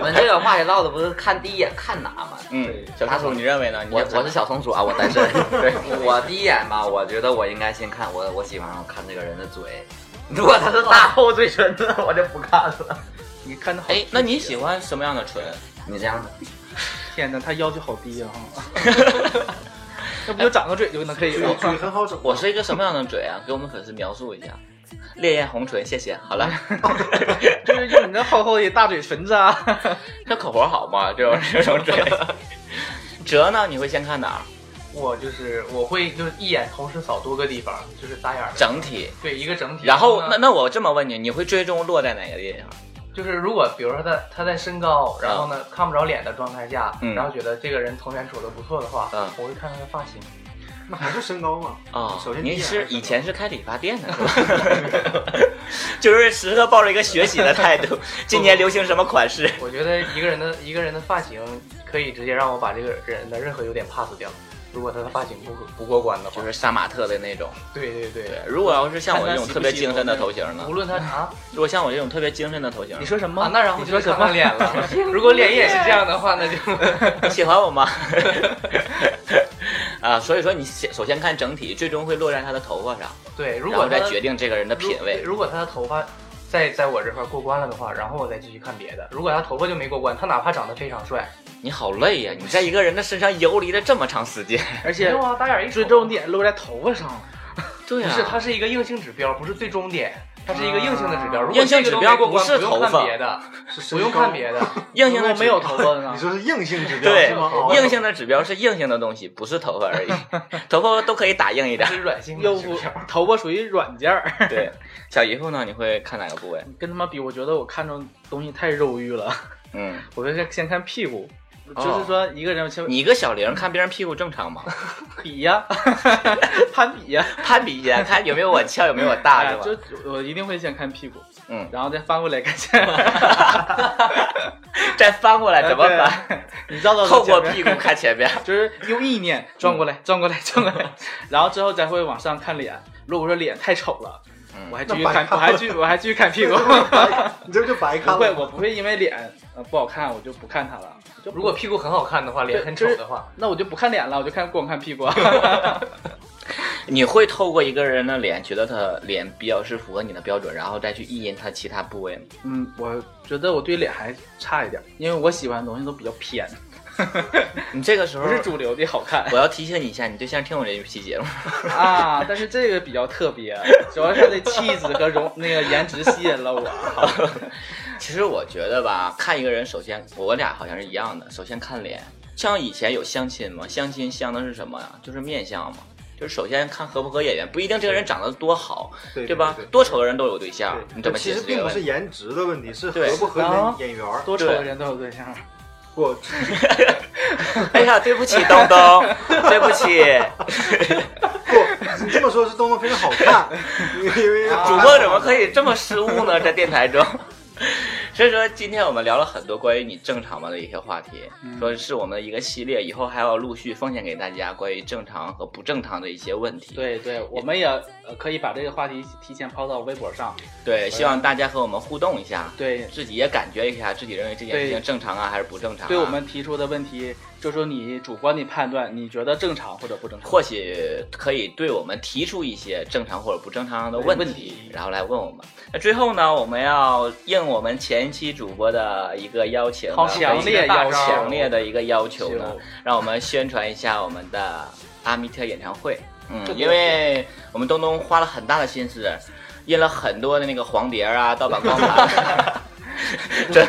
Speaker 16: 我 们这个话题唠的不是看第一眼看哪吗？
Speaker 20: 嗯，小松 鼠，你认为呢？你
Speaker 16: 我
Speaker 20: 认为
Speaker 16: 我是小松鼠啊，我单 身。对，我第一眼吧，我觉得我应该先看我我喜欢上看这个人的嘴，如果他 是大厚嘴唇子，我就不看了。
Speaker 23: 你看的好，
Speaker 20: 哎，那你喜欢什么样的唇？
Speaker 16: 你这样的，
Speaker 23: 天哪，他要求好低啊！
Speaker 16: 哎
Speaker 23: 那不就长个嘴就能可以了？
Speaker 19: 嘴很好整。
Speaker 20: 我是一个什么样的嘴啊？给我们粉丝描述一下。烈焰红唇，谢谢。好 了，
Speaker 23: 就是用你那厚厚的大嘴唇子啊！
Speaker 20: 这口活好吗？这种这种嘴。哲呢？你会先看哪儿？
Speaker 11: 我就是我会就是一眼同时扫多个地方，就是扎眼儿的
Speaker 20: 整体。
Speaker 11: 对一个整体。
Speaker 20: 然后
Speaker 11: 呢
Speaker 23: 嗯
Speaker 20: 那那我这么问你，你会最终落在哪个地方？
Speaker 11: 就是如果比如说他他在身高，然后呢看不着脸的状态下，
Speaker 20: 嗯
Speaker 11: 然后觉得这个人从远处的不错的话，
Speaker 20: 嗯
Speaker 11: 我会看看他发型。
Speaker 19: 那还是身高嘛？
Speaker 20: 啊、
Speaker 19: 首先第一
Speaker 20: 您
Speaker 19: 眼
Speaker 20: 是以前是开理发店的，是吧？ 就是时刻抱着一个学习的态度。今年流行什么款式？
Speaker 11: 我觉得一个人的一个人的发型可以直接让我把这个人的任何优点 pass 掉。如果他的发型不不过关的话，
Speaker 20: 就是杀马特的那种。
Speaker 11: 对对对，
Speaker 20: 如果要是像我这种特别精神的头型呢？
Speaker 11: 无论他啊，
Speaker 20: 如果像我这种特别精神的头型，
Speaker 23: 你说什么？
Speaker 11: 啊那然后
Speaker 23: 你
Speaker 11: 就
Speaker 23: 说什
Speaker 11: 看
Speaker 23: 么
Speaker 11: 看脸 了。如果脸也是这样的话，那就
Speaker 20: 你喜欢我吗？ 啊，所以说你先首先看整体，最终会落在他的头发上，
Speaker 11: 对。如
Speaker 20: 然
Speaker 11: 果
Speaker 20: 后
Speaker 11: 他
Speaker 20: 再决定这个人的品味。
Speaker 11: 如果他的头发在在我这块过关了的话，然后我再继续看别的。如果他头发就没过关，他哪怕长得非常帅，
Speaker 20: 你好累呀、你在一个人的身上游离了这么长时间。
Speaker 23: 而
Speaker 11: 没
Speaker 23: 且
Speaker 11: 有啊，打眼一瞅
Speaker 23: 最重点落在头发上了。
Speaker 20: 对
Speaker 11: 不
Speaker 20: 啊，
Speaker 11: 是，它是一个硬性指标，不是最终点，它是一个硬性的指标。如果
Speaker 20: 啊硬性指标
Speaker 11: 这个都没过关
Speaker 20: 不是
Speaker 11: 不用
Speaker 20: 头发
Speaker 11: 看别的，
Speaker 19: 身
Speaker 11: 不用
Speaker 19: 高
Speaker 11: 看别的，
Speaker 20: 硬性的
Speaker 23: 没有头发
Speaker 11: 啊
Speaker 19: 你
Speaker 23: 呢？
Speaker 19: 说是硬性指标
Speaker 20: 对
Speaker 19: 是吗？哦，
Speaker 20: 硬性的指标是硬性的东西，不是头发而已， 头发都可以打硬一点
Speaker 11: 这。是软性的
Speaker 23: 又
Speaker 11: 指
Speaker 23: 不
Speaker 11: 标。
Speaker 23: 头发属于软件儿，
Speaker 20: 对，小姨夫呢？你会看哪个部位？
Speaker 23: 跟他妈比，我觉得我看中东西太肉欲了。
Speaker 20: 嗯，
Speaker 23: 我就是先看屁股，
Speaker 20: 哦
Speaker 23: 就是说一个人先
Speaker 20: 你一个小玲看别人屁股正常吗？
Speaker 23: 比呀， 攀 比呀，
Speaker 20: 攀比一下，看有没有我翘，有没有我大，
Speaker 23: 哎
Speaker 20: 是吧？
Speaker 23: 就我一定会先看屁股，
Speaker 20: 嗯，
Speaker 23: 然后再翻过来看 下巴。
Speaker 20: 再翻过哎来怎
Speaker 11: 哎
Speaker 20: 么
Speaker 11: 啊
Speaker 20: 翻？
Speaker 23: 哎对？你绕到
Speaker 20: 透过
Speaker 23: 前面
Speaker 20: 屁股看前面。
Speaker 23: 就是用意念转过来，转过来， 转过来，然后之后再会往上看脸。如果说脸太丑了，我还继续看，我还继续我还继续看 屁股。
Speaker 19: 你这不就白看
Speaker 23: 不会，
Speaker 19: 了吗？
Speaker 23: 我不会因为脸呃不好看我就不看它了。就不
Speaker 11: 如果屁股很好看的话，脸很丑的话，
Speaker 23: 那我就不看脸了，我就看光看屁股。
Speaker 20: 你会透过一个人的脸，觉得他脸比较是符合你的标准，然后再去意淫他其他部位吗？
Speaker 23: 嗯，我觉得我对脸还差一点，因为我喜欢的东西都比较偏，
Speaker 20: 你这个时候
Speaker 23: 不是主流的好 看
Speaker 20: 我要提醒你一下，你对象听我这期节目，
Speaker 23: 啊。但是这个比较特别，主要是他的气质和容那个颜值吸引了我。好
Speaker 20: 其实我觉得吧，看一个人，首先我俩好像是一样的，首先看脸。像以前有相亲嘛，相亲相的是什么呀？就是面相嘛，就是首先看合不合眼缘，不一定这个人长得多好，
Speaker 19: 对
Speaker 20: 对吧？
Speaker 19: 对对
Speaker 20: 多丑的人都有对象，啊你怎么
Speaker 19: 其
Speaker 20: 解
Speaker 19: 实
Speaker 20: 释这
Speaker 19: 并
Speaker 20: 个
Speaker 19: 不
Speaker 20: 问
Speaker 19: 是
Speaker 20: 题？
Speaker 19: 颜值的问题，是合
Speaker 20: 对
Speaker 19: 不合
Speaker 23: 啊
Speaker 19: 眼眼缘儿。
Speaker 23: 多丑的人都有对象，
Speaker 19: 我
Speaker 20: 哎呀，对不起东东，对不起，
Speaker 19: 不，你这么说，是东东非常好 看，因为
Speaker 20: 主播怎么可以这么失误呢？在电台中， 所以说，今天我们聊了很多关于你正常吗的一些话题，
Speaker 23: 嗯
Speaker 20: 说是我们的一个系列，以后还要陆续奉献给大家关于正常和不正常的一些问题。
Speaker 23: 对对，我们也呃可以把这个话题提前抛到微博上。
Speaker 20: 对，希望大家和我们互动一下，
Speaker 23: 对
Speaker 20: 自己也感觉一下，自己认为这件事情正常啊还是不正常、啊？
Speaker 23: 对我们提出的问题，就说你主观的判断，你觉得正常或者不正常？
Speaker 20: 或许可以对我们提出一些正常或者不正常的问题，问题然后来问我们。那最后呢，我们要应我们前。前期主播的一个邀请，
Speaker 23: 好强烈要
Speaker 20: 求，强烈的一个要求呢， 让我们宣传一下我们的阿密特演唱会。嗯，因为我们东东花了很大的心思，印了很多的那个黄碟啊、盗版光盘。 真，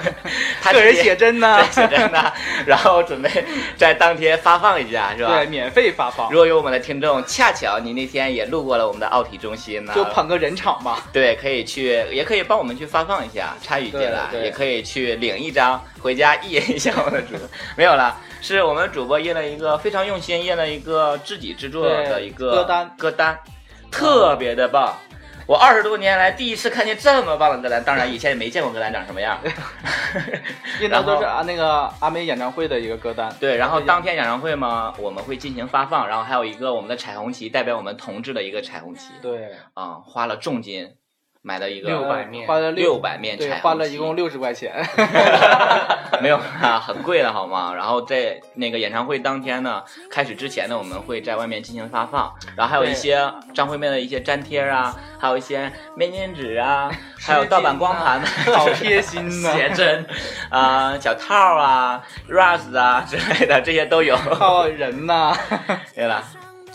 Speaker 20: 他
Speaker 23: 个人写真啊 呢，
Speaker 20: 写真呢，然后准备在当天发放一下，是吧？
Speaker 23: 对，免费发放。
Speaker 20: 如果有我们的听众，恰巧你那天也路过了我们的奥体中心呢，
Speaker 23: 就捧个人场吧。
Speaker 20: 对，可以去，也可以帮我们去发放一下，参与进来，也可以去领一张，回家意淫一下我们的主 播。没有了，是我们主播印了一个非常用心，印了一个自己制作的一个
Speaker 23: 歌单，
Speaker 20: 歌单特别的棒。我二十多年来第一次看见这么棒的歌单，当然以前也没见过歌单长什么样。
Speaker 23: 印的都是啊那个阿美演唱会的一个歌单。
Speaker 20: 对，然后当天演唱会嘛，我们会进行发放，然后还有一个我们的彩虹旗，代表我们同志的一个彩虹旗。
Speaker 23: 对，
Speaker 20: 啊、嗯，花了重金买了一个
Speaker 23: 六百面，花了
Speaker 20: 六百面彩虹旗，
Speaker 23: 花了一共六十块钱。
Speaker 20: 没有啊，很贵的好吗？然后在那个演唱会当天呢，开始之前呢，我们会在外面进行发放，然后还有一些张惠妹的一些粘贴啊，还有一些面巾纸啊，还有盗版光盘，
Speaker 23: 好贴心呐、
Speaker 20: 啊，写真啊、呃、小套啊、rush 啊之类的，这些都有。
Speaker 23: 好人呐、
Speaker 20: 啊， 对了。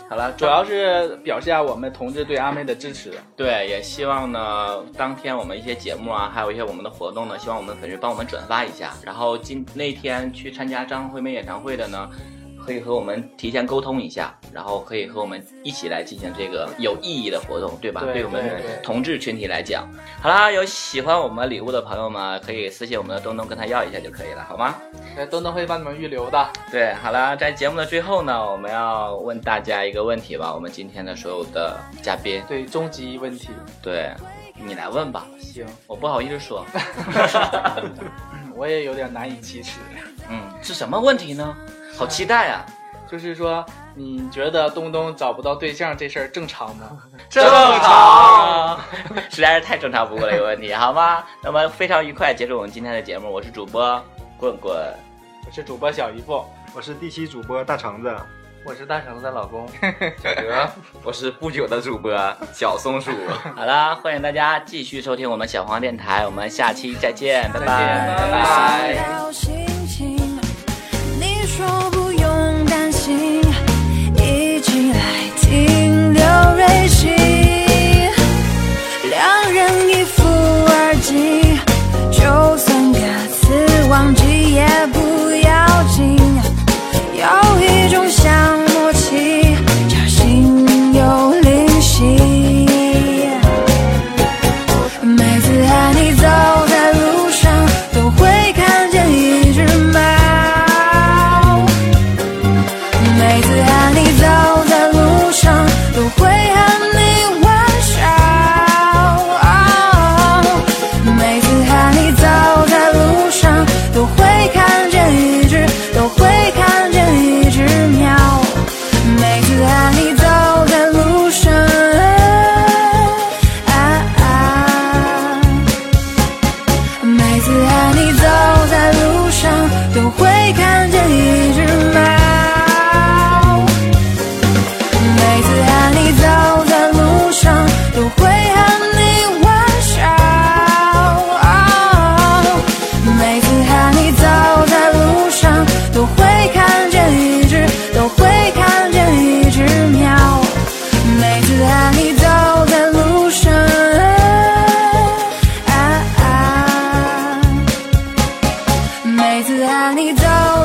Speaker 20: 好了，
Speaker 23: 主要是表示下我们同志对阿妹的支持。
Speaker 20: 对，也希望呢，当天我们一些节目啊，还有一些我们的活动呢，希望我们粉丝帮我们转发一下。然后今那天去参加张惠妹演唱会的呢，可以和我们提前沟通一下，然后可以和我们一起来进行这个有意义的活动，对吧？
Speaker 23: 对
Speaker 20: 我们同志群体来讲，好啦，有喜欢我们礼物的朋友们，可以私信我们的东东跟他要一下就可以了，好吗？
Speaker 23: 东东会帮你们预留的。
Speaker 20: 对，好了，在节目的最后呢，我们要问大家一个问题吧。我们今天的所有的嘉宾，
Speaker 23: 对，终极问题，
Speaker 20: 对你来问吧。
Speaker 23: 行，
Speaker 20: 我不好意 思说，
Speaker 23: 我也有点难以启齿。
Speaker 20: 嗯，是什么问题呢？好期待啊！
Speaker 23: 就是说，你觉得东东找不到对象这事儿正常吗？
Speaker 20: 正常， 实在是太正常不过了一个问题，好吗？那么非常愉快结束我们今天的节目，我是主播棍棍。
Speaker 23: 我是主播小姨夫，
Speaker 19: 我是第七主播大橙子，
Speaker 18: 我是大橙子的老公
Speaker 16: 小哲，我是不久的主播小松鼠。
Speaker 20: 好啦，欢迎大家继续收听我们小黄电台，我们下期再见，拜拜
Speaker 23: 拜拜。
Speaker 17: 你说不用担心，一起来听刘瑞熙，两人一副耳机，就算歌词忘记也不。有一种像默契，叫心有灵犀。每次和你走在路上，都会看见一只猫。每次和你走在路上，啊都会和你玩笑。哦、每次和你走在路上，都会看见一只，都会。啊每次和你走。啊